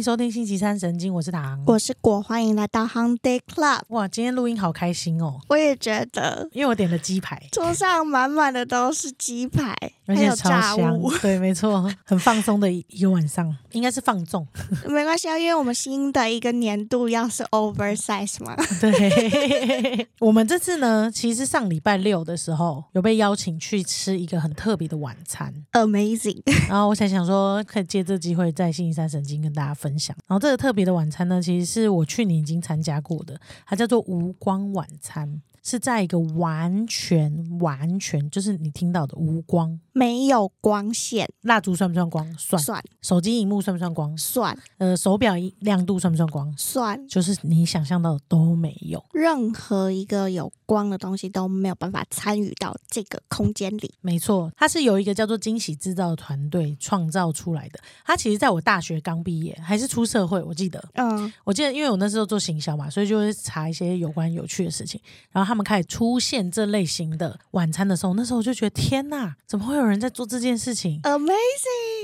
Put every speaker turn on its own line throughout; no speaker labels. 收听星期三神经，我是唐。
我是果，欢迎来到 Hung Day Club。
哇，今天录音好开心哦，
我也觉得
因为我点了鸡排，
桌上满满的都是鸡排，
而
还
且
有
超
炸
香
物。，
对，没错，很放松的一一个晚上，应该是放纵，
没关系啊，因为我们新的一个年度要是 oversize 嘛，
对， 我们这次呢，其实上礼拜六的时候有被邀请去吃一个很特别的晚餐，
amazing。
然后我才想说，可以借这机会在星期三神经跟大家分享。然后这个特别的晚餐呢，其实是我去年已经参加过的，它叫做无光晚餐，是在一个完全完全就是你听到的无光。
没有光线，
蜡烛算不算光？算。
算
手机荧幕算不算光？
算
呃，手表亮度算不算光？
算，
就是你想象到的都没有。
任何一个有光的东西都没有办法参与到这个空间里。
没错，它是由一个叫做惊喜制造的团队创造出来的。它其实在我大学刚毕业，还是出社会，我记得，
嗯，
我记得，因为我那时候做行销嘛，所以就会查一些有关有趣的事情。然后他们开始出现这类型的晚餐的时候，那时候我就觉得天呐，怎么会有人在做这件事情？
嗯 amazing。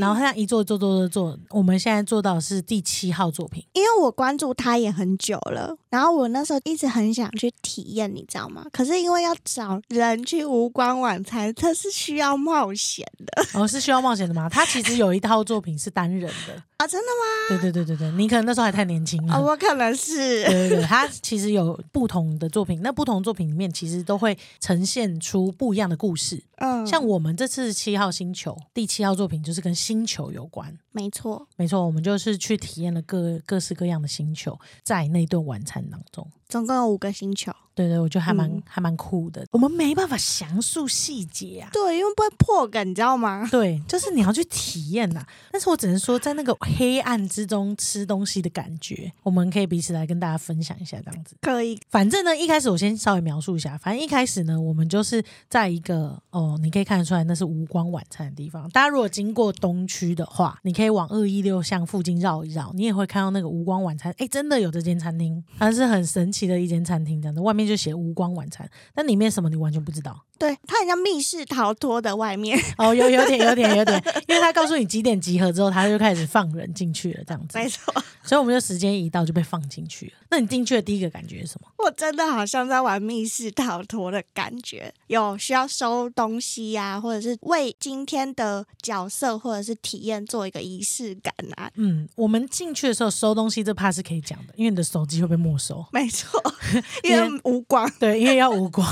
然后他这样一做做做做做，我们现在做到的是第七号作品。
因为我关注他也很久了，然后我那时候一直很想去体验，你知道吗？可是因为要找人去无光晚餐，它是需要冒险的
哦，是需要冒险的吗？他其实有一套作品是单人的，
啊！真的
对对对对对，你可能那时候还太年轻
吗？啊、
了。
我可能
对
是
对对，他其实有不同的作品，那不同作品里面其实都会呈现出不一样的故事。
嗯，
像我们这次七号星球第七号作品就是跟星球有关，
没错，
没错，我们就是去体验了各各式各样的星球，在那顿晚餐当中。
总共有五个星球，
对对，我觉得还蛮、
嗯
还蛮酷的。我们没办法详述细节啊，
对，因为不会破梗，你知道吗？
对，就是你要去体验呐、但是我只能说，在那个黑暗之中吃东西的感觉，我们可以彼此来跟大家分享一下这样子。
可以，
反正呢，一开始我先稍微描述一下。反正一开始呢，我们就是在一个哦，你可以看得出来那是无光晚餐的地方。大家如果经过东区的话，你可以往二一六巷附近绕一绕，你也会看到那个无光晚餐。哎，真的有这间餐厅，它是很神奇的一间餐厅，这样子，外面就写无光晚餐，但里面什么你完全不知道。
对，它很像密室逃脱的外面，
哦，有有点有点有 点，因为他告诉你几点集合之后，他就开始放人进去了，这样子，
没错，
所以我们就时间一到就被放进去了。那你进去的第一个感觉是什么？
我真的好像在玩密室逃脱的感觉，有需要收东西呀、或者是为今天的角色或者是体验做一个仪式感啊。
嗯，我们进去的时候收东西这怕是可以讲的，因为你的手机会被没收。
没 错，因
因为
为无光，
对，因为要无光，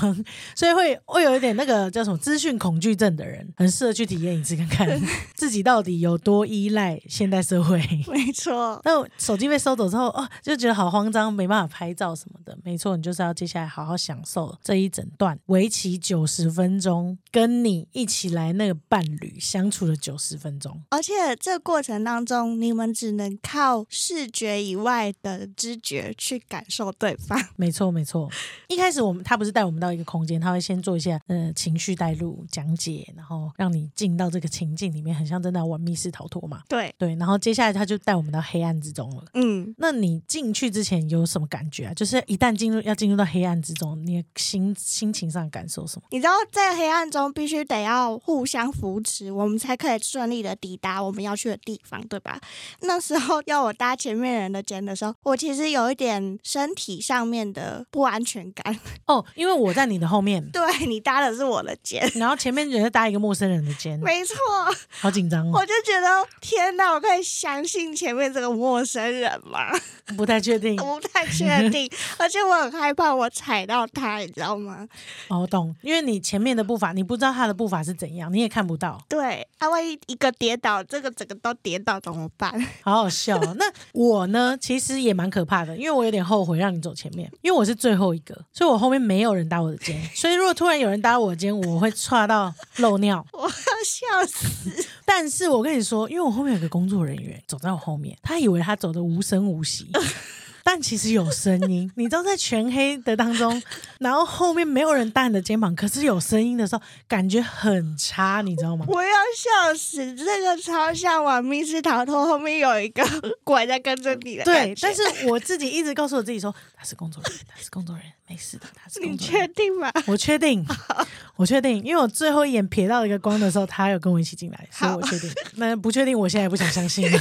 所以会会有一点那个叫什么资讯恐惧症的人，很适合去体验一次看看自己到底有多依赖现代社会。
没错，
那手机被收走之后，哦，就觉得好慌张，没办法拍照什么的。没错，你就是要接下来好好享受这一整段为期九十分钟，跟你一起来那个伴侣相处的九十分钟。
而且这过程当中，你们只能靠视觉以外的知觉去感受对方。
没错，没错。一开始我们他不是带我们到一个空间，他会先做一下呃情绪带入讲解，然后让你进到这个情境里面，很像真的玩密室逃脱嘛。
对，
对，然后接下来他就带我们到黑暗之中了。
嗯，
那你进去之前有什么感觉啊？就是一旦进入要进入到黑暗之中，你的心心情上的感受是什么？
你知道在黑暗中必须得要互相扶持，我们才可以顺利的抵达我们要去的地方，对吧？那时候要我搭前面人的肩的时候，我其实有一点身体上面的不安全感。，
哦，因为我在你的后面
对你搭的是我的肩，
然后前面人家搭一个陌生人的肩，
没错，
好紧张哦，
我就觉得天哪，我可以相信前面这个陌生人吗？
不太确定。
我不太确 定，而且我很害怕我踩到他，你知道吗？
哦，懂，因为你前面的步伐，你不知道他的步伐是怎样，你也看不到，
对，他、万一一个跌倒，这个整个都跌倒怎么办？
好好笑哦、那我呢，其实也蛮可怕的，因为我有点后悔让你走前面，因为我是最后一个，所以我后面没有人搭我的 肩，所以如果突然有人搭我的肩，我会岔到漏尿。
我要笑死！
但是我跟你说，因为我后面有个工作人员走在我后面，他以为他走的无声无 息，但其实有声音。你知道，在全黑的当中，然后后面没有人搭你的肩膀，可是有声音的时候，感觉很差，你知道 吗？
我要笑死！这个超像玩密室逃脱，后面有一个 鬼在跟着你的
对
感，觉
但是我自己一直告诉我自己说，他是工作人员，他是工作人员，没事的，他是
你
工作人
确
员。
定吗？
我确定，我确定，因为我最后一眼 瞥到一个光的时候，他有跟我一起进来，所以我确定。那不确定，我现在也不想相信了。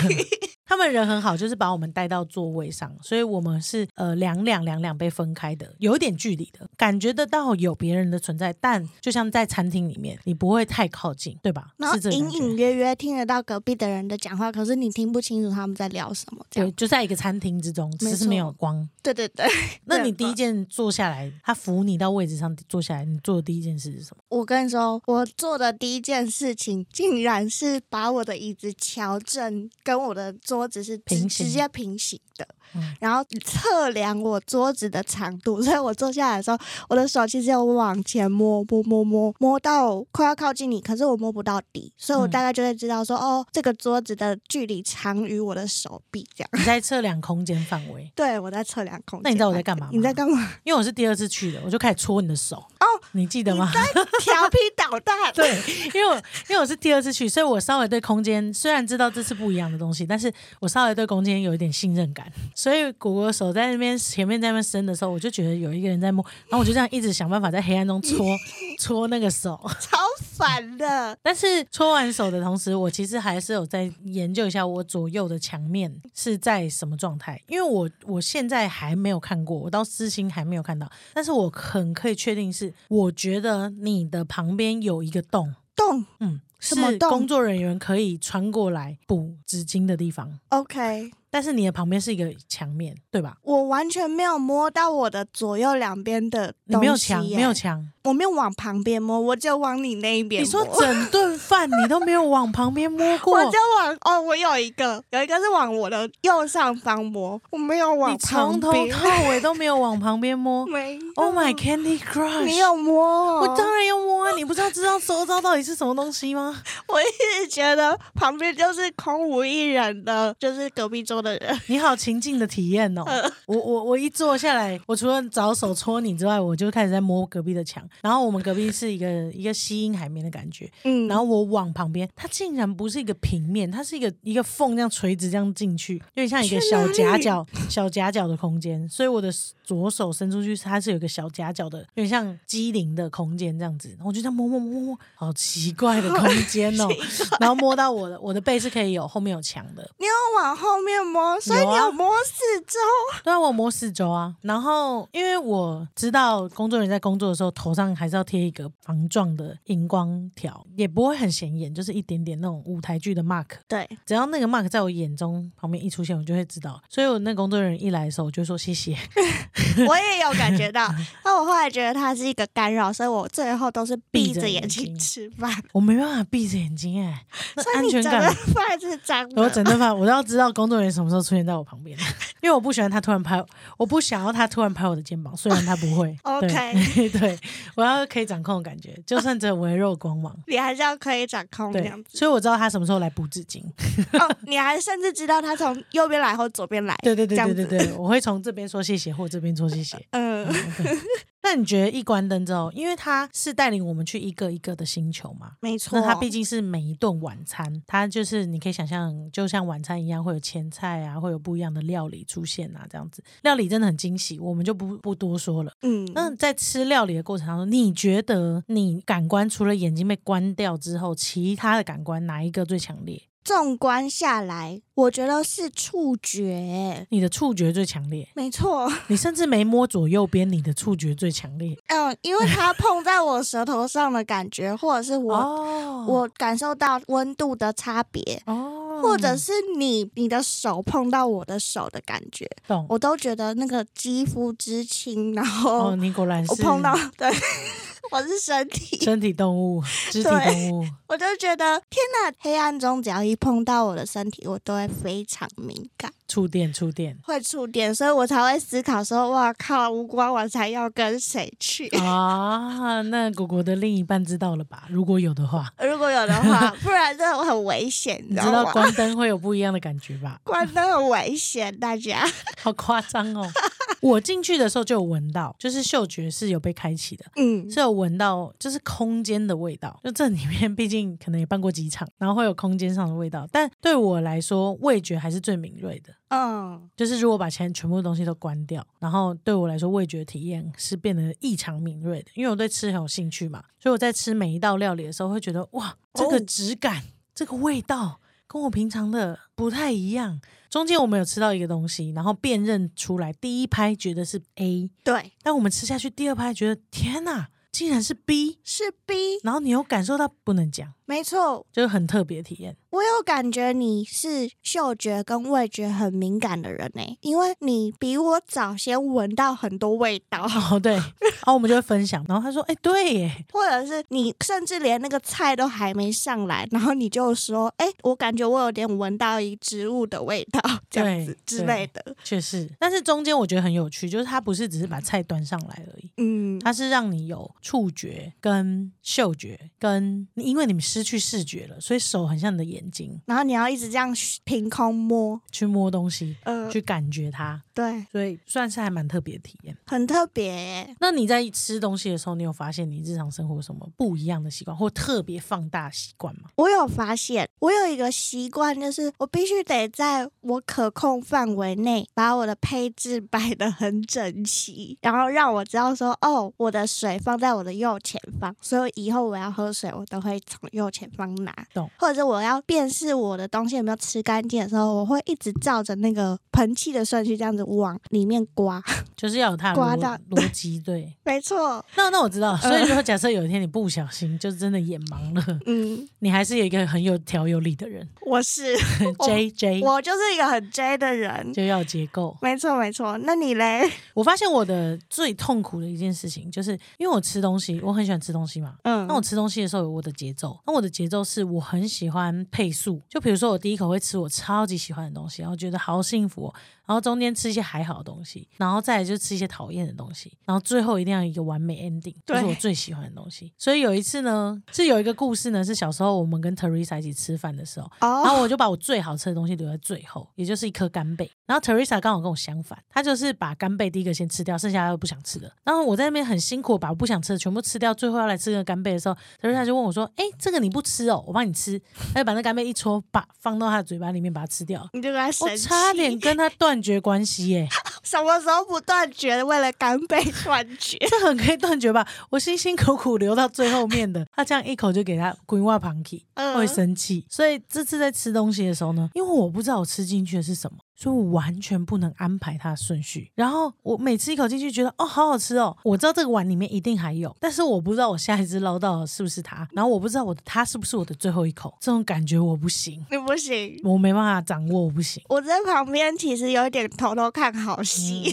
他们人很好，就是把我们带到座位上，所以我们是呃两两两两被分开的，有一点距离的，感觉得到有别人的存在，但就像在餐厅里面，你不会太靠近，对吧？
然后
是这个感
隐
觉
隐约约听得到隔壁的人的讲话，可是你听不清楚他们在聊什么。这
对，
样，
就在一个餐厅之中，只
没
是
错
没有光。
对对对，
那你第一件坐下来，他扶你到位置上坐下来，你做的第一件事是什么？
我跟你说，我做的第一件事情，竟然是把我的椅子调正，跟我的桌子是直
平行
直接平行的，
嗯
然后测量我桌子的长度。所以我坐下来的时候，我的手其实有往前摸摸摸摸摸到快要靠近你，可是我摸不到底，所以我
嗯
大概就会知道说，哦，这个桌子的距离长于我的手臂这样。
你在测量空间范围，
对，我在测量空间。
那你知道我在干嘛吗
你在干嘛？
因为我是第二次去的，我就开始戳你的手。
哦，
你记得吗？
调皮捣蛋。
对， 因为我因为我是第二次去，所以我稍微对空间虽然知道这次不一样的东西，但是我稍微对空间有一点信任感。所以果果手在那边前面在那边伸的时候，我就觉得有一个人在摸，然后我就这样一直想办法在黑暗中搓 搓那个手。
超烦的。
但是搓完手的同时，我其实还是有在研究一下我左右的墙面是在什么状态，因为我我现在还没有看过，我到私心还没有看到，但是我很可以确定是，我觉得你的旁边有一个洞，
动
嗯，
什么
是
洞
工作人员可以穿过来补纸巾的地方，
，OK，
但是你的旁边是一个墙面，对吧？
我完全没有摸到我的左右两边的
你没有
东西
墙，
耶
没有，墙。
我没有往旁边摸，我就往你那一边
你
摸。
说整顿饭你都没有往旁边摸过，
我就往哦，我有一个，有一个是往我的右上方摸，我没有往
你从
旁
头
边，。
到尾都没有往旁边摸
没有
Oh my Candy Crush！
你有摸哦、
我当然要摸啊！你不知道知道周遭到底是什么东西吗？
我一直觉得旁边就是空无一人的，就是隔壁桌的人。
你好情境的体验哦！我我我一坐下来，我除了找手搓你之外，我就开始在摸隔壁的墙。然后我们隔壁是一个一个吸音海绵的感觉，
嗯，
然后我往旁边，它竟然不是一个平面，它是一个一个缝这样垂直这样进去，有点像一个
去哪
小
里
夹角、小夹角的空间。所以我的左手伸出去，它是有一个小夹角的，有点像机灵的空间这样子。然后我就这样摸摸摸摸，好奇怪的空间 哦。然后摸到我的我的背是可以有后面有墙的，
你有往后面摸，所以
有啊
你有摸四周。
对啊，我有摸四周啊。然后因为我知道工作人员在工作的时候，头上还是要贴一个防撞的荧光条，也不会很显眼，就是一点点那种舞台剧的 mark。
对，
只要那个 mark 在我眼中旁边一出现，我就会知道。所以我那工作人员一来的时候，我就说谢 谢。
我也有感觉到，但我后来觉得它是一个干扰，所以我最后都是闭着眼睛吃 饭，
我没办法闭着眼睛哎、
所
那
以
安
你
全
整
感
个。饭是脏
我
的。
整顿饭，我都要知道工作人员什么时候出现在我旁边， 因为我不喜欢他突然拍，我不想要他突然拍我的肩膀，虽然他不会。对
OK
对， 我要可以掌控的感觉，就算只有微弱光芒。
你还是要可以掌控这
对
样，子
所以我知道他什么时候来补纸巾。
哦，你还甚至知道它从右边来或左边来。
对对对
这样
对
子
对对，我会从这边说谢谢，或这边说谢 谢。
嗯，
对那你觉得一关灯之后，因为它是带领我们去一个一个的星球嘛？
没错。
那它毕竟是每一顿晚餐，它就是你可以想象，就像晚餐一样，会有前菜啊，会有不一样的料理出现啊，这样子。料理真的很惊喜，我们就不不多说了。
嗯
那在吃料理的过程当中，你觉得你感官除了眼睛被关掉之后，其他的感官哪一个最强烈？
纵观下来，我觉得是触觉。
你的触觉最强烈，
没错，
你甚至没摸左右边，你的触觉最强烈。
嗯，因为它碰在我舌头上的感觉，或者是 我、
哦
我感受到温度的差别，
哦，
或者是你你的手碰到我的手的感觉，
懂
我都觉得那个肌肤之亲，然
哦，
后
你果然
我
是
碰到， 对，我是身体，
身体动 物、肢体
对
动物，
我就觉得天哪！黑暗中只要一碰到我的身体，我都会非常敏感，
触电触电
会触电，所以我才会思考说，哇靠，无关晚才要跟谁去？
啊！那果果的另一半知道了吧？如果有的话，
如果有的话，不然真的很危险，你
你
知
知道
道吗？
关灯会有不一样的感觉吧？
关灯很危险，大家。
好夸张哦！我进去的时候就有闻到，就是嗅觉是有被开启的，
嗯，
是有闻到就是空间的味道，就这里面毕竟可能也办过几场，然后会有空间上的味道，但对我来说，味觉还是最敏锐的。
嗯，
就是如果把前全部东西都关掉，然后对我来说，味觉体验是变得异常敏锐的，因为我对吃很有兴趣嘛，所以我在吃每一道料理的时候，会觉得哇，这个
哦
质感，这个味道。跟我平常的不太一样。中间我们有吃到一个东西，然后辨认出来，第一拍觉得是 A，
对，
但我们吃下去第二拍觉得天哪，竟然是 B，
是 B，
然后你又感受到不能讲，
没错。
就是很特别的体验。
我有感觉你是嗅觉跟味觉很敏感的人呢、因为你比我早先闻到很多味道，
哦，对，然后我们就会分享，然后他说，哎、对耶，
或者是你甚至连那个菜都还没上来，然后你就说：“哎、我感觉我有点闻到一植物的味道，这样子
对
之类的。
确实。但是中间我觉得很有趣，就是他不是只是把菜端上来而已，”
嗯，
它是让你有触觉跟嗅觉，跟因为你们失去视觉了，所以手很像你的眼睛
然后你要一直这样凭空摸，
去摸东西，
呃，
去感觉它，
对，
所以算是还蛮特别的体验。
很特别、欸。
那你在吃东西的时候，你有发现你日常生活有什么不一样的习惯，或特别放大习惯吗？
我有发现，我有一个习惯，就是我必须得在我可控范围内把我的配置摆得很整齐，然后让我知道说，哦，我的水放在我的右前方，所以以后我要喝水，我都会从右前方拿。
懂
或者是我要辨识我的东西有没有吃干净的时候，我会一直照着那个喷气的顺序这样子往里面刮。
就是要有它的
刮
逻
大嗯
逻辑， 对。
没错，
那那我知道，所以如果假设有一天你不小心就真的眼盲了，
嗯，
你还是有一个很有条有理的人
我是
，J J
哦我就是一个很 J 的人。
就要结构。
没错，没错。那你嘞？
我发现我的最痛苦的一件事情，就是因为我吃东西，我很喜欢吃东西嘛。
嗯
那我吃东西的时候有我的节奏，那我的节奏是我很喜欢配速，就比如说我第一口会吃我超级喜欢的东西，然后觉得好幸福哦，然后中间吃一些还好的东西，然后再来就吃一些讨厌的东西，然后最后一定要有一个完美 ending，这
对
是我最喜欢的东西。所以有一次呢，是有一个故事呢，是小时候我们跟 Teresa 一起吃饭的时候，然
哦，
后我就把我最好吃的东西留在最后，也就是一颗干贝。然后 Teresa 刚好跟我相反，她就是把干贝第一个先吃掉，剩下她都不想吃的。然后我在那边很辛苦把我不想吃的全部吃掉，最后要来吃个干贝的时候，Teresa 就问我说：“哎、这个你不吃哦，我帮你吃。”她就把那干贝一戳，把放到她的嘴巴里面把它吃掉。
你就跟他生
我
气，
差点跟她断绝关系耶、，
什么时候不断绝？为了干杯断绝
这很可以断绝吧？我辛辛苦苦留到最后面的，她这样一口就给她滚外旁起。
嗯
会生气。所以这次在吃东西的时候呢，因为我不知道我吃进去的是什么，所以我完全不能安排它的顺序。然后我每吃一口进去，觉得哦好好吃哦，我知道这个碗里面一定还有，但是我不知道我下一只捞到的是不是它，然后我不知道我的它是不是我的最后一口，这种感觉我不行，
你不行。
我没办法掌握，我不行。
我在旁边其实有点偷偷看好
嗯
戏，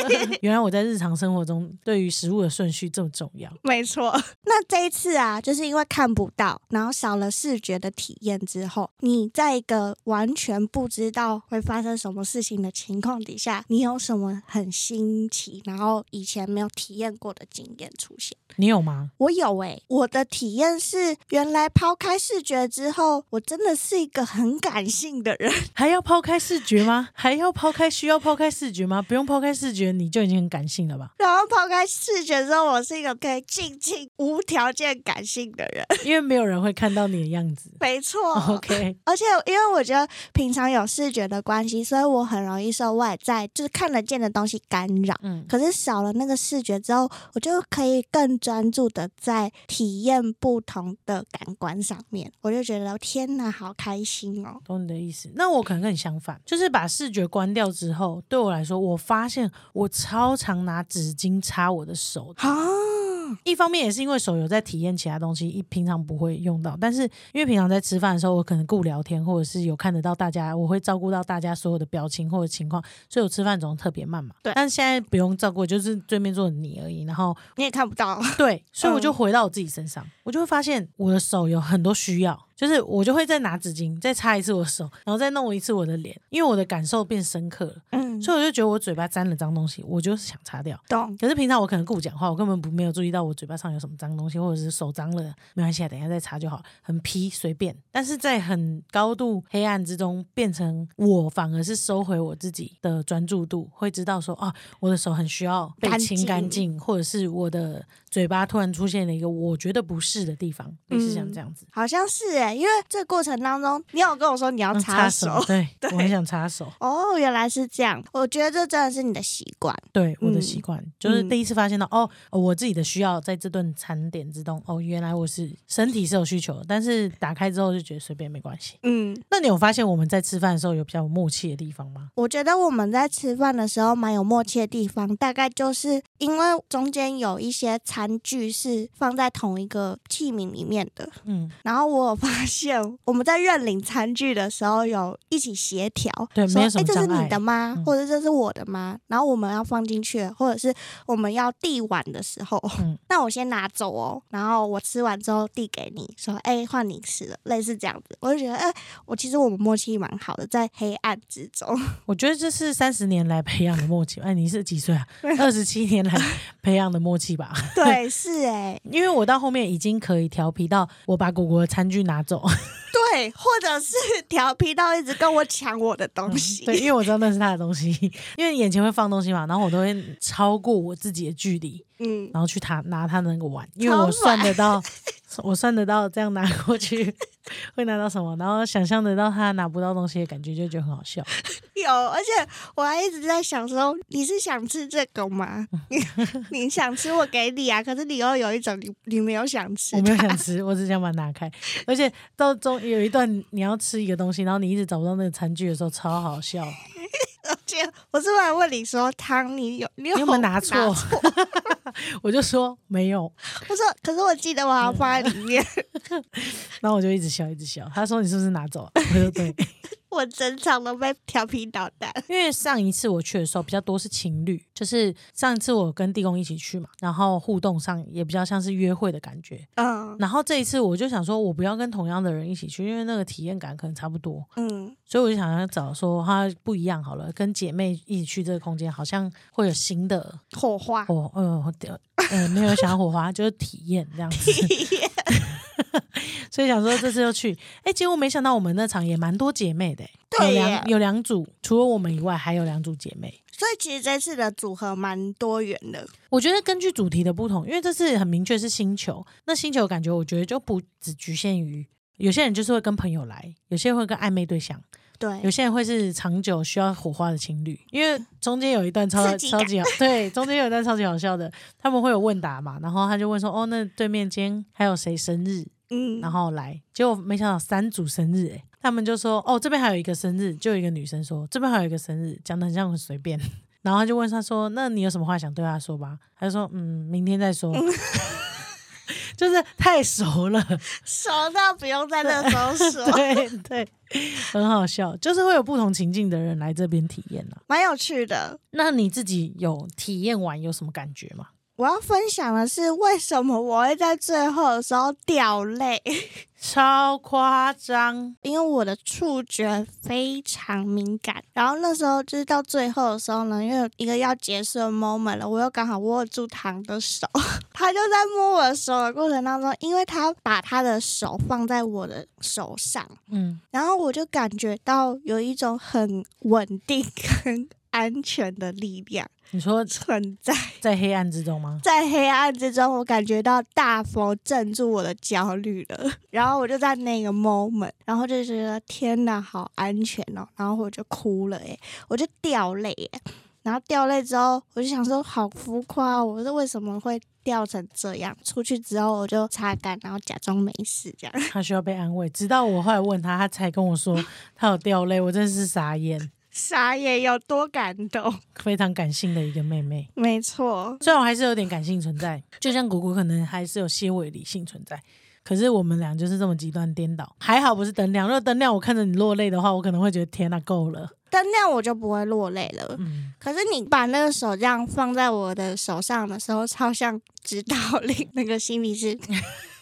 原来我在日常生活中对于食物的顺序这么重要。
没错。那这一次啊，就是因为看不到，然后少了视觉的体验之后，你在一个完全不知道会发生什么事情的情况底下，你有什么很新奇，然后以前没有体验过的经验出现？
你有吗？
我有诶、我的体验是，原来抛开视觉之后，我真的是一个很感性的人。
还要抛开视觉吗？还要抛开需要抛开视觉吗？不用抛开视觉，你就已经很感性了吧？
然后抛开视觉之后，我是一个可以静静无条件感性的人。
因为没有人会看到你的样子。
没错
哦 OK，
而且因为我觉得平常有视觉的关系，所以我很容易受外在就是看得见的东西干扰。
嗯，
可是少了那个视觉之后，我就可以更专注的在体验不同的感官上面。我就觉得天哪，好开心哦！
懂你的意思。那我可能跟你相反，就是把视觉关掉之后，对我来说，我发现我超常拿纸巾擦我的手。
啊，
一方面也是因为手有在体验其他东西，一平常不会用到，但是因为平常在吃饭的时候，我可能顾聊天，或者是有看得到大家，我会照顾到大家所有的表情或者情况，所以我吃饭总是特别慢嘛。
对
但现在不用照顾，就是对面坐的你而已，然后
你也看不到，哦
对，所以我就回到我自己身上，我就会发现我的手有很多需要，就是我就会再拿纸巾再擦一次我的手，然后再弄一次我的脸，因为我的感受变深刻了，
嗯，
所以我就觉得我嘴巴沾了脏东西，我就是想擦掉。
懂。
可是平常我可能顾讲话，我根本不没有注意到我嘴巴上有什么脏东西，或者是手脏了，没关系，啊，等一下再擦就好，很皮随便。但是在很高度黑暗之中，变成我反而是收回我自己哦的专注度，会知道说啊，我的手很需要被
干
清
净
干净，或者是我的嘴巴突然出现了一个我觉得不是的地方，类似
嗯
像这样子。
好像是哎、因为这过程当中，你有跟我说你要
嗯
擦
手
手，，
对我很想擦手，
哦，原来是这样。我觉得这真的是你的习惯。
对我的
嗯
习惯就是
嗯
第一次发现到哦，哦我自己的需要在这顿餐点之中，哦，原来我是身体是有需求的，但是打开之后就觉得随便没关系。
嗯，
那你有发现我们在吃饭的时候有比较有默契的地方吗？
我觉得我们在吃饭的时候蛮有默契的地方，大概就是因为中间有一些餐具是放在同一个器皿里面的。
嗯，
然后我有发现我们在认领餐具的时候有一起协调，
对
说
没有什
哎
么
这是
障碍
你的吗？
嗯
或者这是我的吗？然后我们要放进去，或者是我们要递碗的时候，
嗯
那我先拿走哦，然后我吃完之后递给你，说哎换你吃了，类似这样子，我就觉得哎，我其实我们默契蛮好的，在黑暗之中，
我觉得这是三十年来培养的默契。哎，你是几岁啊？二十七年来 培养的默契吧。
对，是哎、
因为我到后面已经可以调皮到我把果果的餐具拿走，
对，或者是调皮到一直跟我抢我的东西，
嗯对，因为我知道那是他的东西， 因为眼前会放东西嘛，然后我都会超过我自己的距离，
嗯，
然后去他拿他的那个碗，因为
超
我算得 到，我算得到这样拿过去会拿到什么，然后想象得到他拿不到东西的感觉，就觉得很好笑。
有，而且我还一直在想说，你是想吃这个吗？ 你你想吃我给你啊，可是你又有一种你你没有想吃
我没有想吃，我只想把它拿开。而且到中有一段你要吃一个东西，然后你一直找不到那个餐具的时候，超好 笑。
而且我是不是还问你说汤你有你有
你有没有拿错
错
我就说没有，
我说可是我记得我
嗯
好像放在里面，
然后我就一直笑，一直笑。他说你是不是拿走了？ 我说对，
我整场都被调皮捣蛋。
因为上一次我去的时候比较多是情侣，就是上一次我跟地公一起去嘛，然后互动上也比较像是约会的感觉。
嗯
然后这一次我就想说，我不要跟同样的人一起去，因为那个体验感可能差不多，
嗯，
所以我就想要找说他不一样好了，跟姐妹一起去这个空间好像会有新的
火花。
火，呃，呃，没有想要火花，就是体验这样 子。所以想说这次就去，哎、结果没想到我们那场也蛮多姐妹的、欸
对
有
耶
两有两组，除了我们以外还有两组姐妹。
所以其实这次的组合蛮多元的。
我觉得根据主题的不同，因为这次很明确是星球，那星球感觉我觉得就不只局限于有些人就是会跟朋友来，有些人会跟暧昧对象，有
对，
些人会是长久需要火花的情侣，因为中间有一段超
刺激感
超级好，对，中间有一段超级好笑的，他们会有问答嘛，然后他就问说，哦，那对面今天还有谁生日，
嗯，
然后来，结果没想到三组生日、欸，他们就说，哦，这边还有一个生日，就有一个女生说，这边还有一个生日，讲的很像很随便， 然后他就问他说，那你有什么话想对他说吧？他就说，嗯，明天再说。 就是太熟了，
熟到不用在那时候说，
对对，很好笑，就是会有不同情境的人来这边体验啦、
蛮有趣的。
那你自己有体验完有什么感觉吗？
我要分享的是，为什么我会在最后的时候掉泪？
超夸张，
因为我的触觉非常敏感。然后那时候就是到最后的时候呢，因为有一个要结束的 moment 了，我又刚好握住糖的手， 他就在摸我的手的过程当中，因为他把他的手放在我的手上，
嗯，
然后我就感觉到有一种很稳定、 很安全的力量
你说
存在。
在黑暗之中吗？
在黑暗之中，我感觉到大佛镇住我的焦虑了。 然后我就在那个 moment，然后就觉得天哪，好安全哦。然后我就哭了，诶，我就掉泪，诶。然后掉泪之后，我就想说，好浮夸、哦，我说为什么会掉成这样？出去之后我就擦干，然后假装没事这样。
他需要被安慰，直到我后来问他，他才跟我说他有掉泪，我真是傻眼，
傻眼，有多感动？
非常感性的一个妹妹。
没错，
虽然我还是有点感性存在，就像果果可能还是有些微理性存在，可是我们俩就是这么极端颠倒。还好不是灯亮，如果灯亮我看着你落泪的话，我可能会觉得天哪、够了。
但那样我就不会落泪了。
嗯，
可是你把那个手这样放在我的手上的时候，超像指导令 那个心理师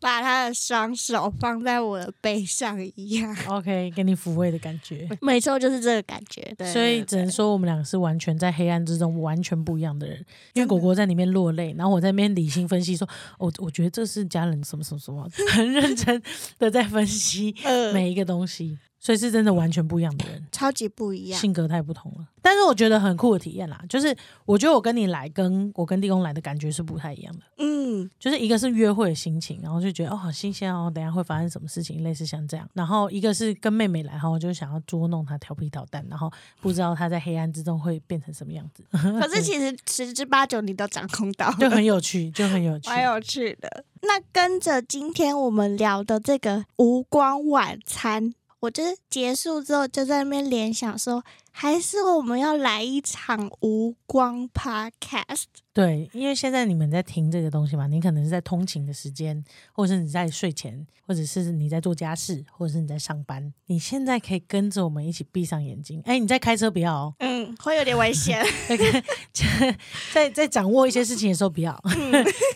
把他的双手放在我的背上一样。
OK，给你抚慰的感觉。
没错，就是这个感觉。对，
所以只能说我们两个是完全在黑暗之中完全不一样的人，因为果果在里面落泪，然后我在那边理性分析说，哦，我 觉得这是家人什么什么什么，很认真的在分析
呃，
每一个东西。所以是真的完全不一样的人。
超级不一样。
性格太不同了。但是我觉得很酷的体验啦，就是我觉得我跟你来，跟我跟地公来的感觉是不太一样的。
嗯，
就是一个是约会的心情，然后就觉得哦好新鲜哦，等一下会发生什么事情，类似像这样。然后一个是跟妹妹来，然后我就想要捉弄她调皮捣蛋，然后不知道她在黑暗之中会变成什么样子，
可是其实十之八九你都掌控到
就
了，
很有趣，就很有趣。
蛮有趣的。那跟着今天我们聊的这个无光晚餐，我就是结束之后就在那边联想说，还是我们要来一场无光 podcast。
对，因为现在你们在听这个东西嘛，你可能是在通勤的时间，或者是你在睡前，或者是你在做家事，或者是你在上班。你现在可以跟着我们一起闭上眼睛，哎，你在开车不要哦，
嗯，会有点危险。
在在掌握一些事情的时候不要。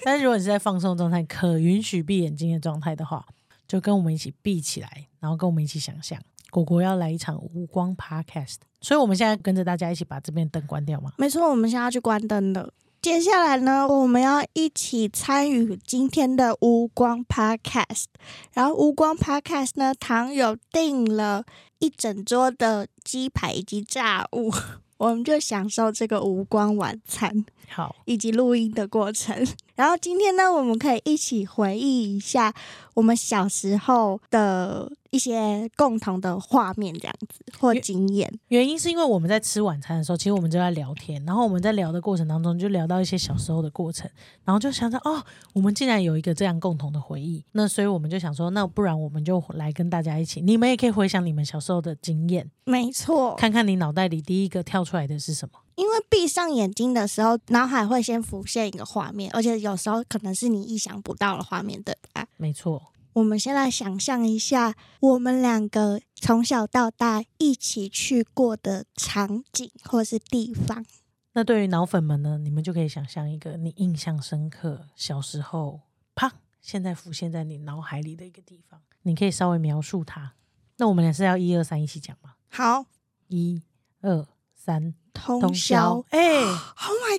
但是如果你是在放松状态，可允许闭眼睛的状态的话，就跟我们一起闭起来，然后跟我们一起想象，果果要来一场无光 podcast。所以我们现在跟着大家一起把这边灯关掉嘛。
没错，我们现在要去关灯了。接下来呢，我们要一起参与今天的无光 Podcast。然后无光 Podcast 呢，唐有订了一整桌的鸡排以及炸物， 我们就享受这个无光晚餐
好，
以及录音的过程。然后今天呢，我们可以一起回忆一下我们小时候的一些共同的画面，这样子或经验。
原因是因为我们在吃晚餐的时候，其实我们就在聊天，然后我们在聊的过程当中，就聊到一些小时候的过程，然后就想到哦，我们竟然有一个这样共同的回忆，那所以我们就想说，那不然我们就来跟大家一起，你们也可以回想你们小时候的经验，
没错，
看看你脑袋里第一个跳出来的是什么。
因为闭上眼睛的时候，脑海会先浮现一个画面，而且有时候可能是你意想不到的画面，对吧？
没错，
我们先来想象一下，我们两个从小到大一起去过的场景或是地方。
那对于脑粉们呢，你们就可以想象一个你印象深刻小时候，啪，现在浮现在你脑海里的一个地方，你可以稍微描述它。那我们也是要一二三一起讲吗？
好，
一二三。
通
通
宵
宵。。哎、
Oh my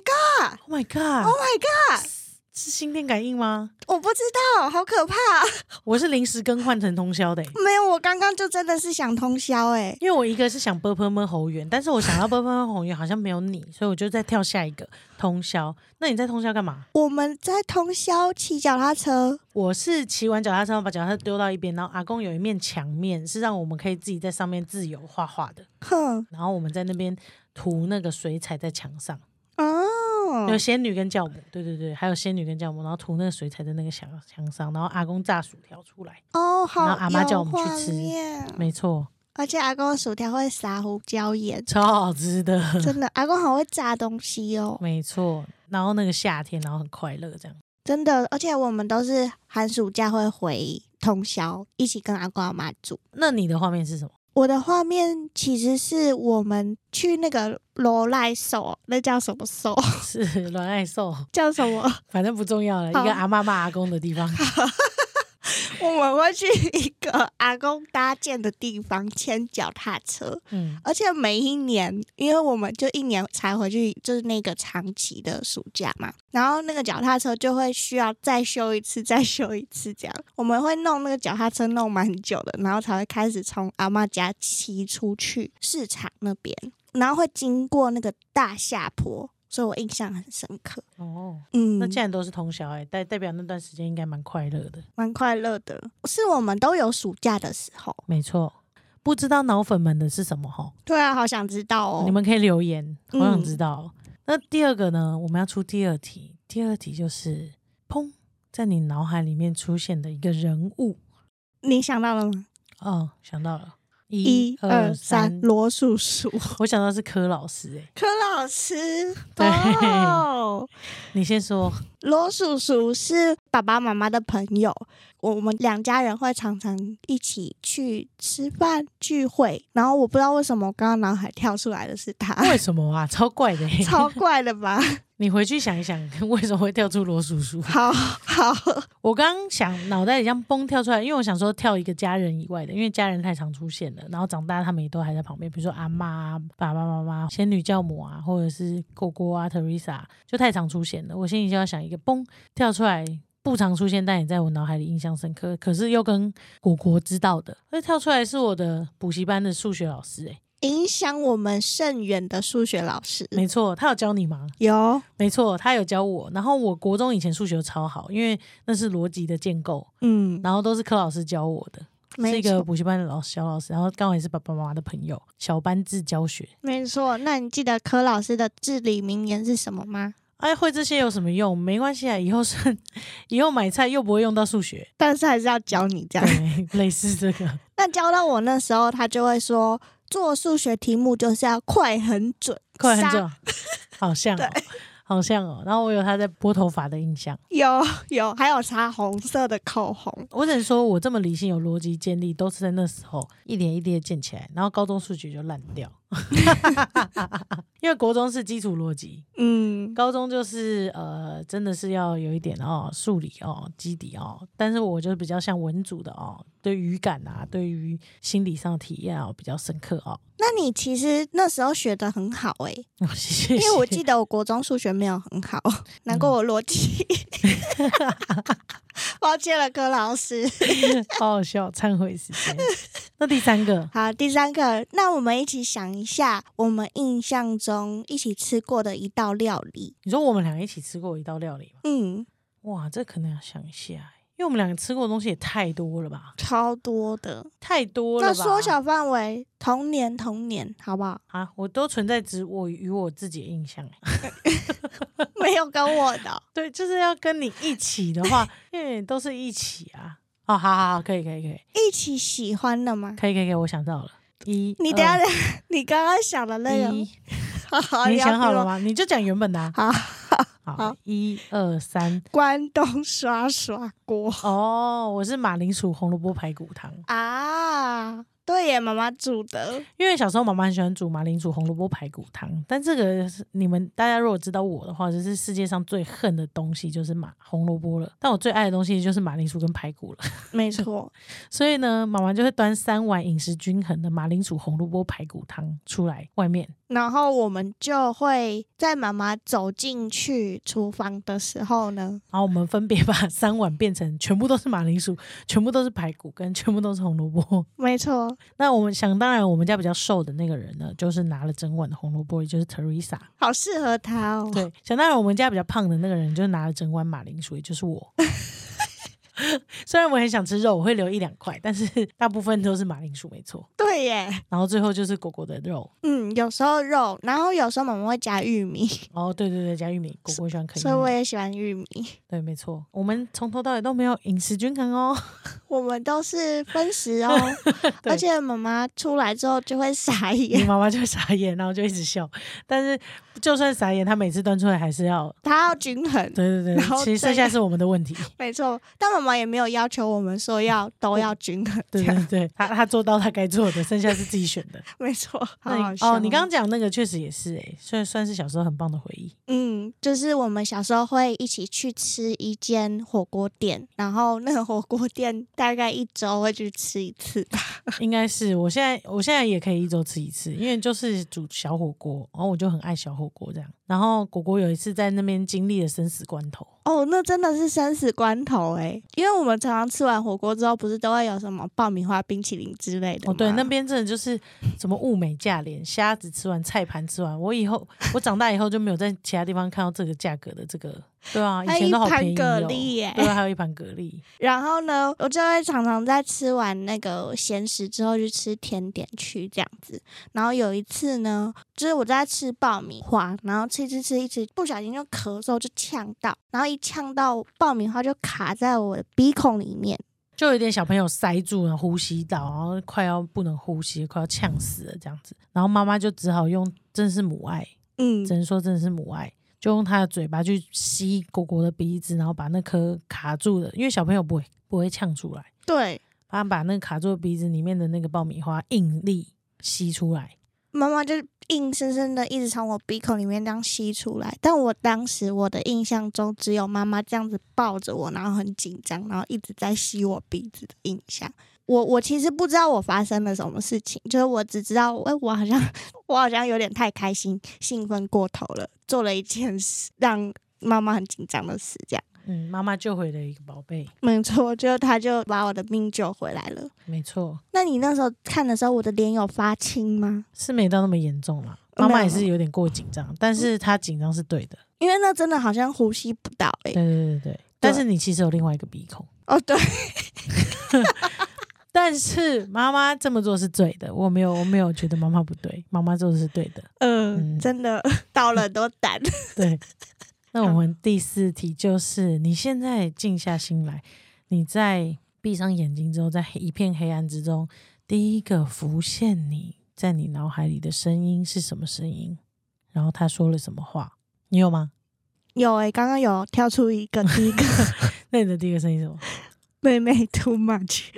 o h
god！
my god！Oh my god！是心电感应吗？
我不知道，好可怕！
我是临时更换成通宵的、欸
没有，我刚刚就真的是想通宵哎、
因为我一个是想 b u r p 侯元，但是我想要 b u r p 侯元好像没有你， 所以我就再跳下一个通宵。那你在通宵干嘛？
我们在通宵骑脚踏车，
我是骑完脚踏车，把脚踏车丢到一边，然后阿公有一面墙面是让我们可以自己在上面自由画画的，
哼，
然后我们在那边涂那个水彩在墙上，
哦，
有仙女跟教母，对对对，还有仙女跟教母，然后涂那个水彩在那个墙墙上，然后阿公炸薯条出来，
哦，好，
然后阿妈叫我们去吃没错，，
而且阿公的薯条会撒胡椒盐
超好吃的，
真的，阿公好会炸东西哦，
没错。然后那个夏天，然后很快乐这样。
真的。而且我们都是寒暑假会回通宵，一起跟阿公阿妈住。
那你的画面是什么？
我的画面其实是我们去那个罗赖手，那叫什么手？
是软爱兽，
叫什么？
反正不重要了。一
好
个阿妈骂阿公的地 方，
我们会去一个阿公搭建的地方牵脚踏车，
嗯，
而且每一年，因为我们就一年才回去，就是那个长期的暑假嘛，然后那个脚踏车就会需要再修一次，再修一次这样。我们会弄那个脚踏车弄蛮久的，然后才会开始从阿嬷家骑出去市场那边，然后会经过那个大下坡，所以我印象很深刻。
哦，
嗯，
那既然都是通宵、哎，代代表那段时间应该蛮快乐的。
蛮快乐的，是我们都有暑假的时候。
没错，不知道脑粉们的是什么哈？
对啊，好想知道哦。
你们可以留言，好
嗯
想知道哦、那第二个呢？我们要出第二题，第二题就是砰，在你脑海里面出现的一个人物。
你想到了吗？
哦，想到了，
一二三，罗叔叔。
我想到是柯老师、欸，
柯老师，
对
哦，
你先说，
罗叔叔是爸爸妈妈的朋友，我们两家人会常常一起去吃饭聚会。然后我不知道为什么，我刚刚脑海跳出来的是他，
为什么啊？超怪的、欸，
超怪 的吧？
你回去想一想，为什么会跳出罗叔叔？
好好，
我刚想脑袋里这样蹦跳出来，因为我想说跳一个家人以外的，因为家人太常出现了，然后长大他们也都还在旁边，比如说阿妈啊、爸爸妈妈、仙女教母啊，或者是狗狗啊、Teresa，就太常出现了。我心里就要想一个蹦跳出来不常出现，但也在我脑海里印象深刻。可是又跟果果知道的，那跳出来是我的补习班的数学老师、欸，哎，
影响我们甚远的数学老师，
没错，他有教你吗？
有
没错，他有教我。然后我国中以前数学超好，因为那是逻辑的建构，
嗯，
然后都是柯老师教我的，是
没
一个
错，
补习班的老师小老师，然后刚好也是爸爸妈妈的朋友，小班制教学。
没错。那你记得柯老师的至理名言是什么吗？
哎，会这些有什么用？没关系啊，以后是 以后买菜又不会用到数 学，
但是还是要教你这样。
对，类似这个。
那教到我那时候，他就会说，做数学题目就是要快很准，
快很
杀
准，好像、哦，好像哦。然后我有他在拨头发的印象。
有有，还有擦红色的口红。
我只能说，我这么理性、有逻辑、建立，都是在那时候一点一滴的建起来。然后高中数学就烂 掉， 因为国中是基础逻辑，
嗯，
高中就是呃，真的是要有一点哦，数理哦，基底哦。但是我就是比较像文组的哦，对语感啊，对于心理上的体验啊、比较深刻哦。
那你其实那时候学的很好诶、
哦谢谢。
因为我记得我国中数学没有很好，难怪我逻辑。
嗯
抱歉了，柯老师。
好好笑，忏悔时间。那第三个，
好，第三个，那我们一起想一下，我们印象中一起吃过的一道料理。
你说我们两个一起吃过一道料理吗？
嗯，
哇，这可能要想一下欸，因为我们两个吃过的东西也太多了吧，
超多的。
太多了吧。
那缩小范围，童年，童年，好不好？
啊，我都存在只我与我自己的印象欸。
没有跟我的。
对，就是要跟你一起的话，因为都是一起啊。哦，好好好，可以可以可以
一起喜欢的吗？嗯
可以可以可以，我想到了。一，
你等一下
二，
你刚刚想的那个，
一，
好好，
你
要
想好
比
了
我？
吗？你就讲原本的、啊。
好，
好
好，
一二三。
关东刷刷锅
哦，我是马铃薯红萝卜排骨汤，
啊，对耶，妈妈煮的，
因为小时候妈妈很喜欢煮马铃薯红萝卜排骨汤，但这个是你们大家如果知道我的话，就是世界上最恨的东西就是马红萝卜了，但我最爱的东西就是马铃薯跟排骨了。
没错。
所以呢，妈妈就会端三碗饮食均衡的马铃薯红萝卜排骨汤出来外面。
然后我们就会在妈妈走进去厨房的时候呢，
然后我们分别把三碗变成全部都是马铃薯，全部都是排骨，跟全部都是红萝卜。
没错，
那我们想当然，我们家比较瘦的那个人呢，就是拿了整碗的红萝卜，也就是 Teresa。
好适合她哦。
对，想当然我们家比较胖的那个人就拿了整碗马铃薯，也就是我。 虽然我很想吃肉，我会留一两块，但是 大部分都是马铃薯，没错。
对耶，
然后最后就是果果的肉，
嗯，有时候肉，然后有时候妈妈会加玉米，
哦，对对对，加玉米，果果喜欢啃
所以我
玉米，
也喜欢玉米。
对，没错。我们从头到尾都没有饮食均衡哦，
我们都是分食 哦，
对嗯
而且妈妈出来之后就会傻
你
眼，
妈妈就会傻眼，然后就一直笑。但是就算傻眼，她每次端出来还是要，
她要均衡。
对对
然后
对，其实
这
剩下是我们的问 题，
没错，但妈妈也没有要求我们说要都要均衡，
嗯对
这样
对对，她她做到她该做的，剩下是自己选的。
没错。
那
好
你
好笑
哦，你刚刚讲那个确实也是哎、欸，算算是小时候很棒的回忆。
嗯，就是我们小时候会一起去吃一间火锅店，然后那个火锅店大概一周会去吃一次吧。
应该是我现在，我现在也可以一周吃一次，因为就是煮小火锅，然后我就很爱小火锅这样。然后果果有一次在那边经历了生死关头，
哦，那真的是生死关头诶，因为我们常常吃完火锅之后，不是都会有什么爆米花、冰淇淋之类的
哦，对，
吗
那边真的就是什么物美价廉，虾子吃完，菜盘吃完，我以后 我长大以后就没有在其他地方看到这个价格的这个，对啊，以
还有
前
一
都好
盘
便宜
蛤
哦，
蜊耶
对啊，还有一盘蛤蜊，
然后呢，我就会常常在吃完那个咸食之后去吃甜点去这样子。然后有一次呢，就是我在吃爆米花，然后吃吃吃一直不小心就咳嗽，就呛到，然后一呛到爆米花就卡在我的鼻孔里面。
就有点小朋友塞住了呼吸道，然后快要不能呼吸，快要呛死了这样子，然后妈妈就只好用，真是母爱，
嗯
只，能说真的是母爱，就用他的嘴巴去吸果果的鼻子，然后把那颗卡住的，因为小朋友不会不会呛出来，
对，
把把那个卡住的鼻子里面的那个爆米花硬力吸出来。
妈妈就硬生生的一直从我鼻孔里面这样吸出来。但我当时我的印象中，只有妈妈这样子抱着我，然后很紧张，然后一直在吸我鼻子的印象。我我其实不知道我发生了什么事情，就是我只知道，哎、我好像我好像有点太开心，兴奋过头了，做了一件事让妈妈很紧张的事，这样。
嗯，妈妈救回了一个宝贝，
没错，就他就把我的命救回来了。
没错，
那你那时候看的时候，我的脸有发青吗？
是没到那么严重啦。妈
没有
妈也是哦有点过紧张，但是她紧张是对的。
因为那真的好像呼吸不到
对
哎、
对嗯对对对，但是你其实有另外一个鼻孔。
哦，对，
但是妈妈这么做是对的，我没有，我没有觉得妈妈不对，妈妈做的是对的。嗯
嗯，真的 到了都胆。
对，那我们第四题就是，你现在静下心来，你在闭上眼睛之后，在黑一片黑暗之中，第一个浮现你在你脑海里的声音是什么声音？然后他说了什么话？你有吗？
有哎、刚刚有跳出一个第一 个
那你的第一个声音是什么？
妹妹 too much，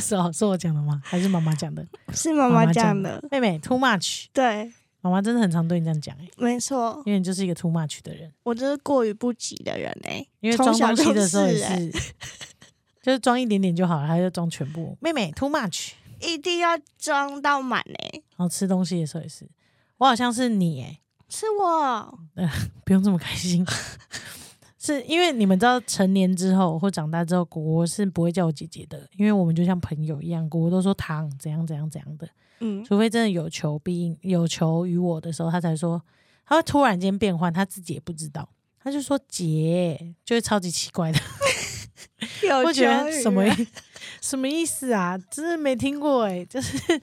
是哦，是我讲的吗？还是妈妈讲的？
是妈妈讲
妈
的。
妹妹，too much。
对，
妈妈真的很常对你这样讲、欸，
没错，
因为你就是一个 too much 的人。
我就是过于不及的人哎、
因为
从
装
小
东
就
西的时候也
是欸
是，就是装一点点就好了，还要装全部。妹妹 too much，
一定要装到满哎、
然后吃东西的时候也是，我好像是你哎、
是我，
不用这么开心。 是因为你们知道，成年之后或长大之后，果果是不会叫我姐姐的，因为我们就像朋友一样，果果都说糖怎样怎样怎样的，
嗯，
除非真的有求必应，有求于我的时候，他才说，他会突然间变换，他自己也不知道，他就说姐，就会超级奇怪的。
有啊
我觉
求
得
于
什么
人
意 什么意思啊？真的没听过哎、就是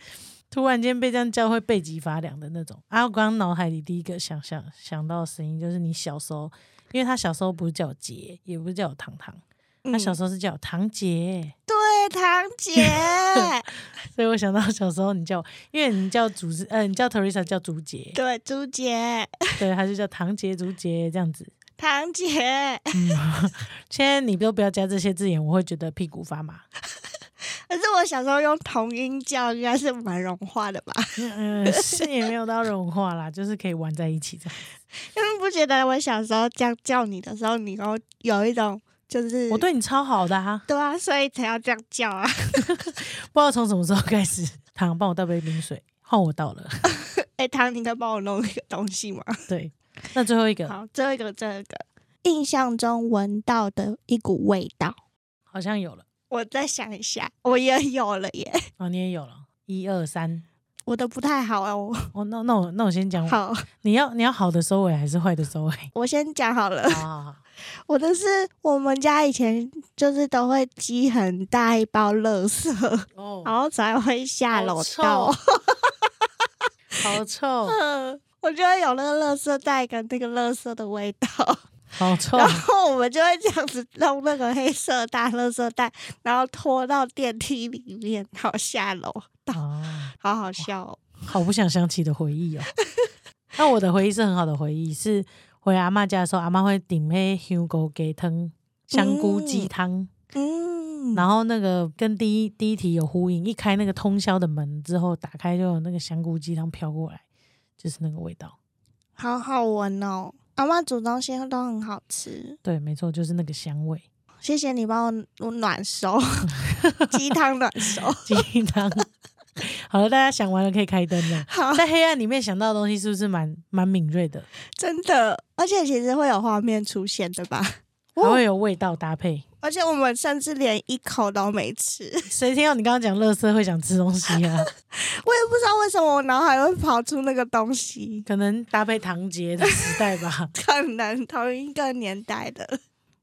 突然间被这样叫会背脊发凉的那种。啊，我刚刚脑海里第一个想想想到的声音就是你小时候，因为他小时候不是叫我姐，也不是叫我糖糖，他小
嗯
时候是叫我堂姐，
对堂 姐，
所以我想到小时候你叫我，因为你叫竹子，呃，你叫 Teresa 叫竹姐，
对朱姐，
对，他就叫堂姐竹姐这样子。
堂姐。
现在你都不要加这些字眼，我会觉得屁股发麻。
可是我小时候用同音叫，应该是蛮融化的吧？
嗯、呃，是也没有到融化啦，就是可以玩在一起这样。
因为不觉得我小时候这样叫你的时候，你都有一种就是
我对你超好的啊，
对啊，所以才要这样叫啊。
不知道从什么时候开始， 糖帮我倒杯冰水，换我倒了。
哎、唐，你可以帮我弄一个东西吗？
对，那最后一个好
好，最后一个，最后一个，印象中闻到的一股味道。
像有了
我再想一下，我也有了耶，
哦，你也有了，一二三。
我的不太好啊。我
哦，那那我那我先讲，
好，
你要你要好的收尾还是坏的收尾？ 啊
我先讲好了
好。好好，
我的是我们家以前就是都会积很大一包垃圾，
哦，
然后才会下
好
楼
臭
倒。
好 臭，
嗯，我就会有那个垃圾袋跟那个垃圾的味道，
好臭，啊
然后我们就会这样子弄那个黑色大垃圾袋，然后拖到电梯里面，然后下楼，
啊，
好好笑哦。
好不想想起的回忆哦。 那我的回忆是很好的回忆，是回阿妈家的时候，阿妈会顶配香菇鸡汤、香菇鸡
嗯
汤。
嗯，
然后那个跟第一第一题有呼应，一开那个通宵的门之后，打开就有那个香菇鸡汤飘过来，就是那个味道。
好好闻哦。阿妈煮东西都很好吃，
对，没错，就是那个香味。
谢谢你帮我我暖手，鸡汤暖手。
鸡汤。 好了，大家想完了可以开灯了。
好，
在黑暗里面想到的东西是不是蛮蛮敏锐的？
真的，而且其实会有画面出现，对吧？
还会有味道搭配。
而且我们甚至连一口都没吃，
谁听到你刚刚讲垃圾会想吃东西啊？
我也不知道为什么我脑海会跑出那个东西。
可能搭配堂姐的时代吧。
可能同一个年代的。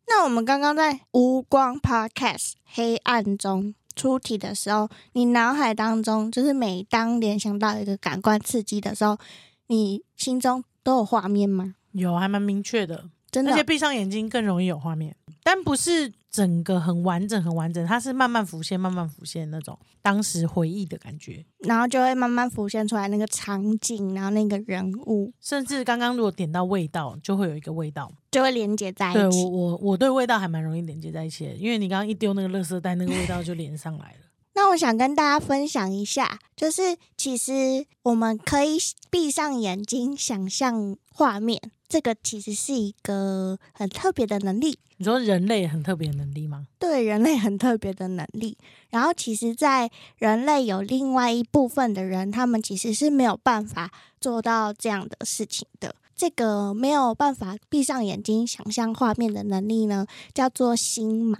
那我们刚刚在无光 Podcast 黑暗中出题的时候，你脑海当中就是每当联想到一个感官刺激的时候，你心中都有画面吗？
有，还蛮明确的。
真的
而且闭上眼睛更容易有画面，但不是整个很完整、很完整，它是慢慢浮现、慢慢浮现那种当时回忆的感觉。
然后就会慢慢浮现出来那个场景，然后那个人物
甚至刚刚如果点到味道，就会有一个味道。
就会连接在
对
一
我，
起。
我我对味道还蛮容易连接在一起的，因为你刚刚一丢那个垃圾袋，那个味道就连上来了。
那我想跟大家分享一下，就是其实我们可以闭上眼睛想象画面，这个其实是一个很特别的能力，
你说人类很特别的能力吗？
对人类很特别的能力。然后其实，在人类有另外一部分的人，他们其实是没有办法做到这样的事情的。这个没有办法闭上眼睛想象画面的能力呢，叫做心盲。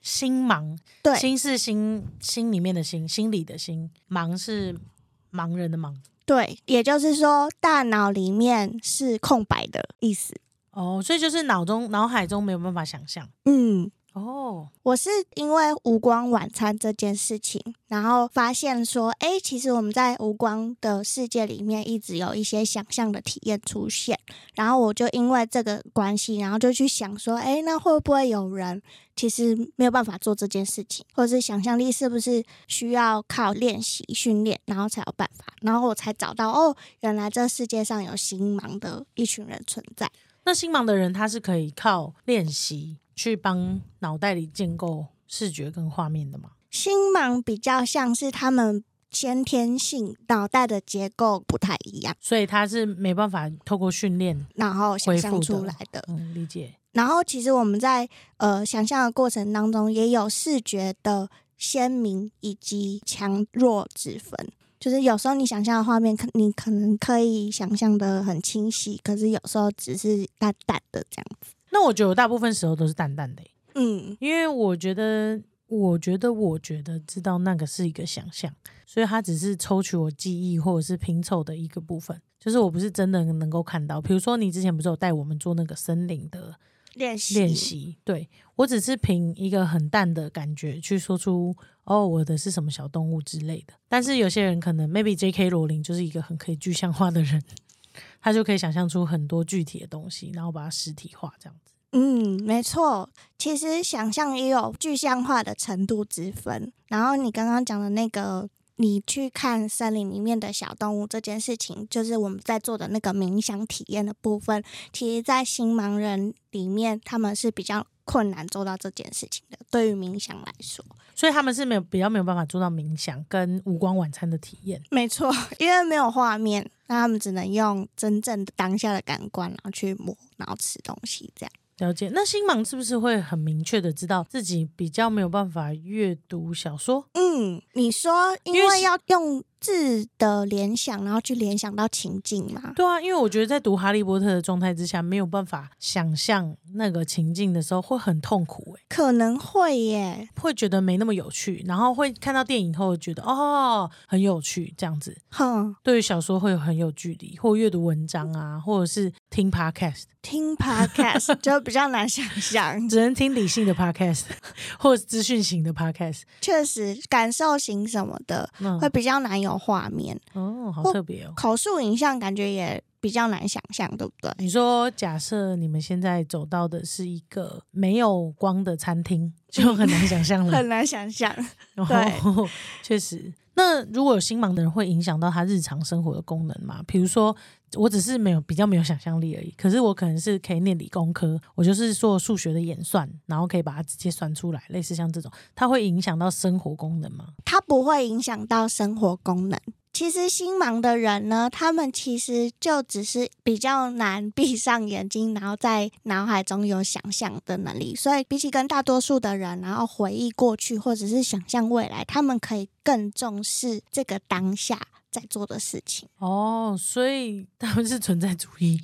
心盲，
对
心是心心里面的心，心里的心，盲是盲人的盲。
对，也就是说，大脑里面是空白的意思。
哦，所以就是脑中、脑海中没有办法想象。
嗯，
哦，
我是因为无光晚餐这件事情，然后发现说，哎，其实我们在无光的世界里面一直有一些想象的体验出现，然后我就因为这个关系，然后就去想说，哎，那会不会有人其实没有办法做这件事情，或者是想象力是不是需要靠练习训练，然后才有办法？然后我才找到，哦，原来这世界上有心盲的一群人存在。
那心盲的人他是可以靠练习去帮脑袋里建构视觉跟画面的嘛？
心盲比较像是他们先天性脑袋的结构不太一样，
所以他是没办法透过训练。
然后想象
恢复的
出来的。
嗯，理解。
然后其实我们在呃想象的过程当中，也有视觉的鲜明以及强弱之分。就是有时候你想象的画面，可你可能可以想象的很清晰，可是有时候只是淡淡的这样子。
那我觉得我大部分时候都是淡淡的欸、
嗯，
因为我觉得，我觉得，我觉得知道那个是一个想象，所以它只是抽取我记忆或者是拼凑的一个部分，就是我不是真的能够看到。比如说，你之前不是有带我们做那个森林的
练习
练，习？对我只是凭一个很淡的感觉去说出哦，我的是什么小动物之类的。但是有些人可能 maybe J.K. 罗琳就是一个很可以具象化的人， 他就可以想象出很多具体的东西，然后把它实体化这样子。
嗯，没错。其实想象也有具象化的程度之分。然后你刚刚讲的那个，你去看森林里面的小动物这件事情，就是我们在做的那个冥想体验的部分。其实，在新盲人里面，他们是比较困难做到这件事情的。对于冥想来说，
所以他们是没有比较没有办法做到冥想跟无光晚餐的体验。
没错，因为没有画面，那他们只能用真正的当下的感官，然后去摸，然后吃东西这样。
了解，那星芒是不是会很明确的知道自己比较没有办法阅读小说？
嗯，你说因
因为
为
是
要用字的联想，然后去联想到情境嘛？
对啊，因为我觉得在读《哈利波特》的状态之下，没有办法想象那个情境的时候，会很痛苦、欸，
可能会耶。
会觉得没那么有趣，然后会看到电影后觉得哦很有趣这样子。
哼，
对于小说会有很有距离，或阅读文章啊，或者是听 podcast，
听 podcast 就比较难想象，
只能听理性的 podcast 或者资讯型的 podcast。
确实感受型什么的
嗯
会，比较难有画面，
哦，好
或
特别哦。
口述影像感觉也比较难想象，对不对？
你说，假设你们现在走到的是一个没有光的餐厅，就很难想象了。
很难想象。
哦， 确实。那如果有星盲的人，会影响到他日常生活的功能吗？比如说，我只是没有比较没有想象力而已，可是我可能是可以念理工科，我就是做数学的演算，然后可以把它直接算出来，类似像这种，它会影响到生活功能吗？
它不会影响到生活功能。其实心盲的人呢，他们其实就只是比较难闭上眼睛，然后在脑海中有想象的能力。所以比起跟大多数的人，然后回忆过去或者是想象未来，他们可以更重视这个当下在做的事情。
哦，所以他们是存在主义。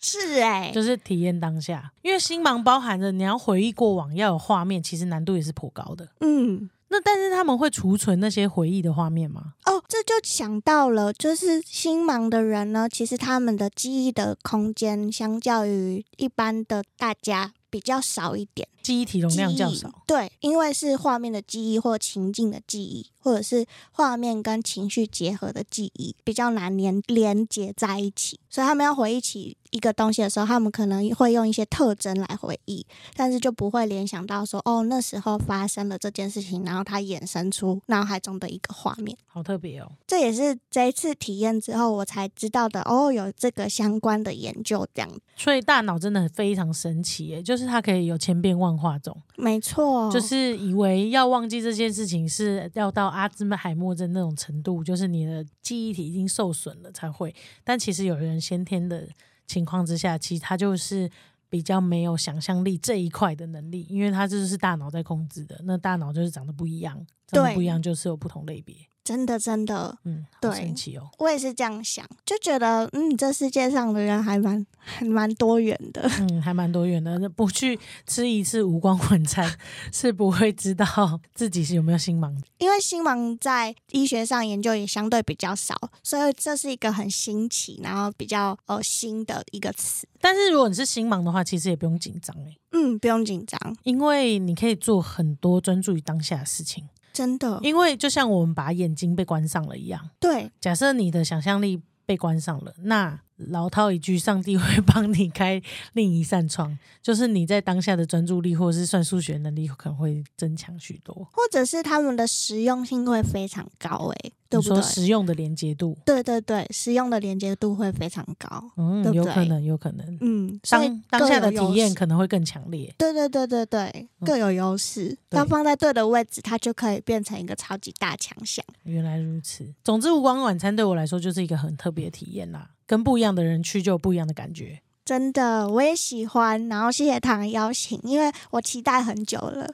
是哎、
就是体验当下，因为星芒包含着你要回忆过往，要有画面，其实难度也是颇高的。
嗯。
那但是他们会储存那些回忆的画面吗？
哦，这就想到了，就是心盲的人呢，其实他们的记忆的空间相较于一般的大家比较少一点。
记忆体容
记
量
忆
较少，
对，因为是画面的记忆或情境的记忆，或者是画面跟情绪结合的记忆，比较难连连接在一起。所以他们要回忆起一个东西的时候，他们可能会用一些特征来回忆，但是就不会联想到说，哦，那时候发生了这件事情，然后它衍生出脑海中的一个画面。
好特别哦。
这也是这一次体验之后我才知道的，哦，有这个相关的研究，这样
所以大脑真的非常神奇耶，就是它可以有千变万化种，
没错，
就是以为要忘记这件事情是要到阿兹海默症那种程度，就是你的记忆体已经受损了才会。但其实有人先天的情况之下，其实他就是比较没有想象力这一块的能力，因为他这就是大脑在控制的。那大脑就是长得不一样，长得
对
不一样就是有不同类别。
真的真的，
嗯，好
对
神奇哦。
我也是这样想，就觉得嗯，这世界上的人还蛮还蛮多元的。
嗯，还蛮多元的。那不去吃一次无光晚餐，是不会知道自己是有没有心盲。
因为星芒在医学上研究也相对比较少，所以这是一个很新奇，然后比较呃新的一个词。
但是如果你是心盲的话，其实也不用紧张哎，
嗯，不用紧张，
因为你可以做很多专注于当下的事情。
真的。
因为就像我们把眼睛被关上了一样，
对，
假设你的想象力被关上了，那老套一句，上帝会 帮你开另一扇窗，就是你在当下的专注力或者是算数学能力可能会增强许多。
或者是他们的实用性会非常高、诶，对
你
不
说
对？
实用的连接度，
对对对，实用的连接度会非常高。
嗯，
对不
有
对
可能，有可能。
嗯，所以
当当下的
各有优
体验
势
可能会更强烈。
对对对对对，各有优势。
对
它放在对的位置，它就可以变成一个超级大强项。
原来如此。总之，无光晚餐对我来说就是一个很特别的体验啦，跟不一样的人去就有不一样的感觉。
真的，我也喜欢。然后谢谢唐的邀请，因为我期待很久 了。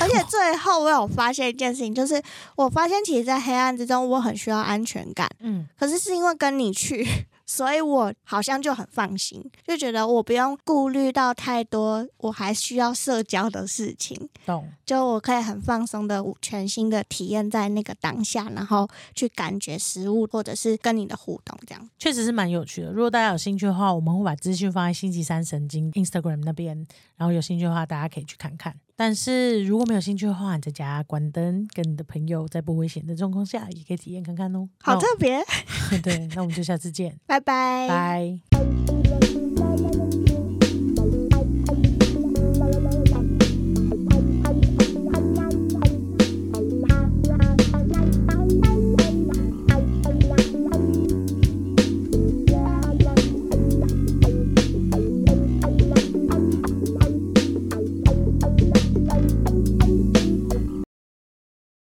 而且最后我有发现一件事情，就是我发现其实，在黑暗之中，我很需要安全感。
嗯，
可是是因为跟你去， 所以我好像就很放心，就觉得我不用顾虑到太多，我还需要社交的事情。
懂。
就我可以很放松的、全新的体验在那个当下，然后去感觉食物或者是跟你的互动这样。
确实是蛮有趣的。如果大家有兴趣的话，我们会把资讯放在星期三神经 Instagram 那边，然后有兴趣的话，大家可以去看看。但是如果没有兴趣的话，你在家关灯，跟你的朋友在不危险的状况下，也可以体验看看哦。
好特别，
那我对，那我们就下次见，
拜拜。
拜。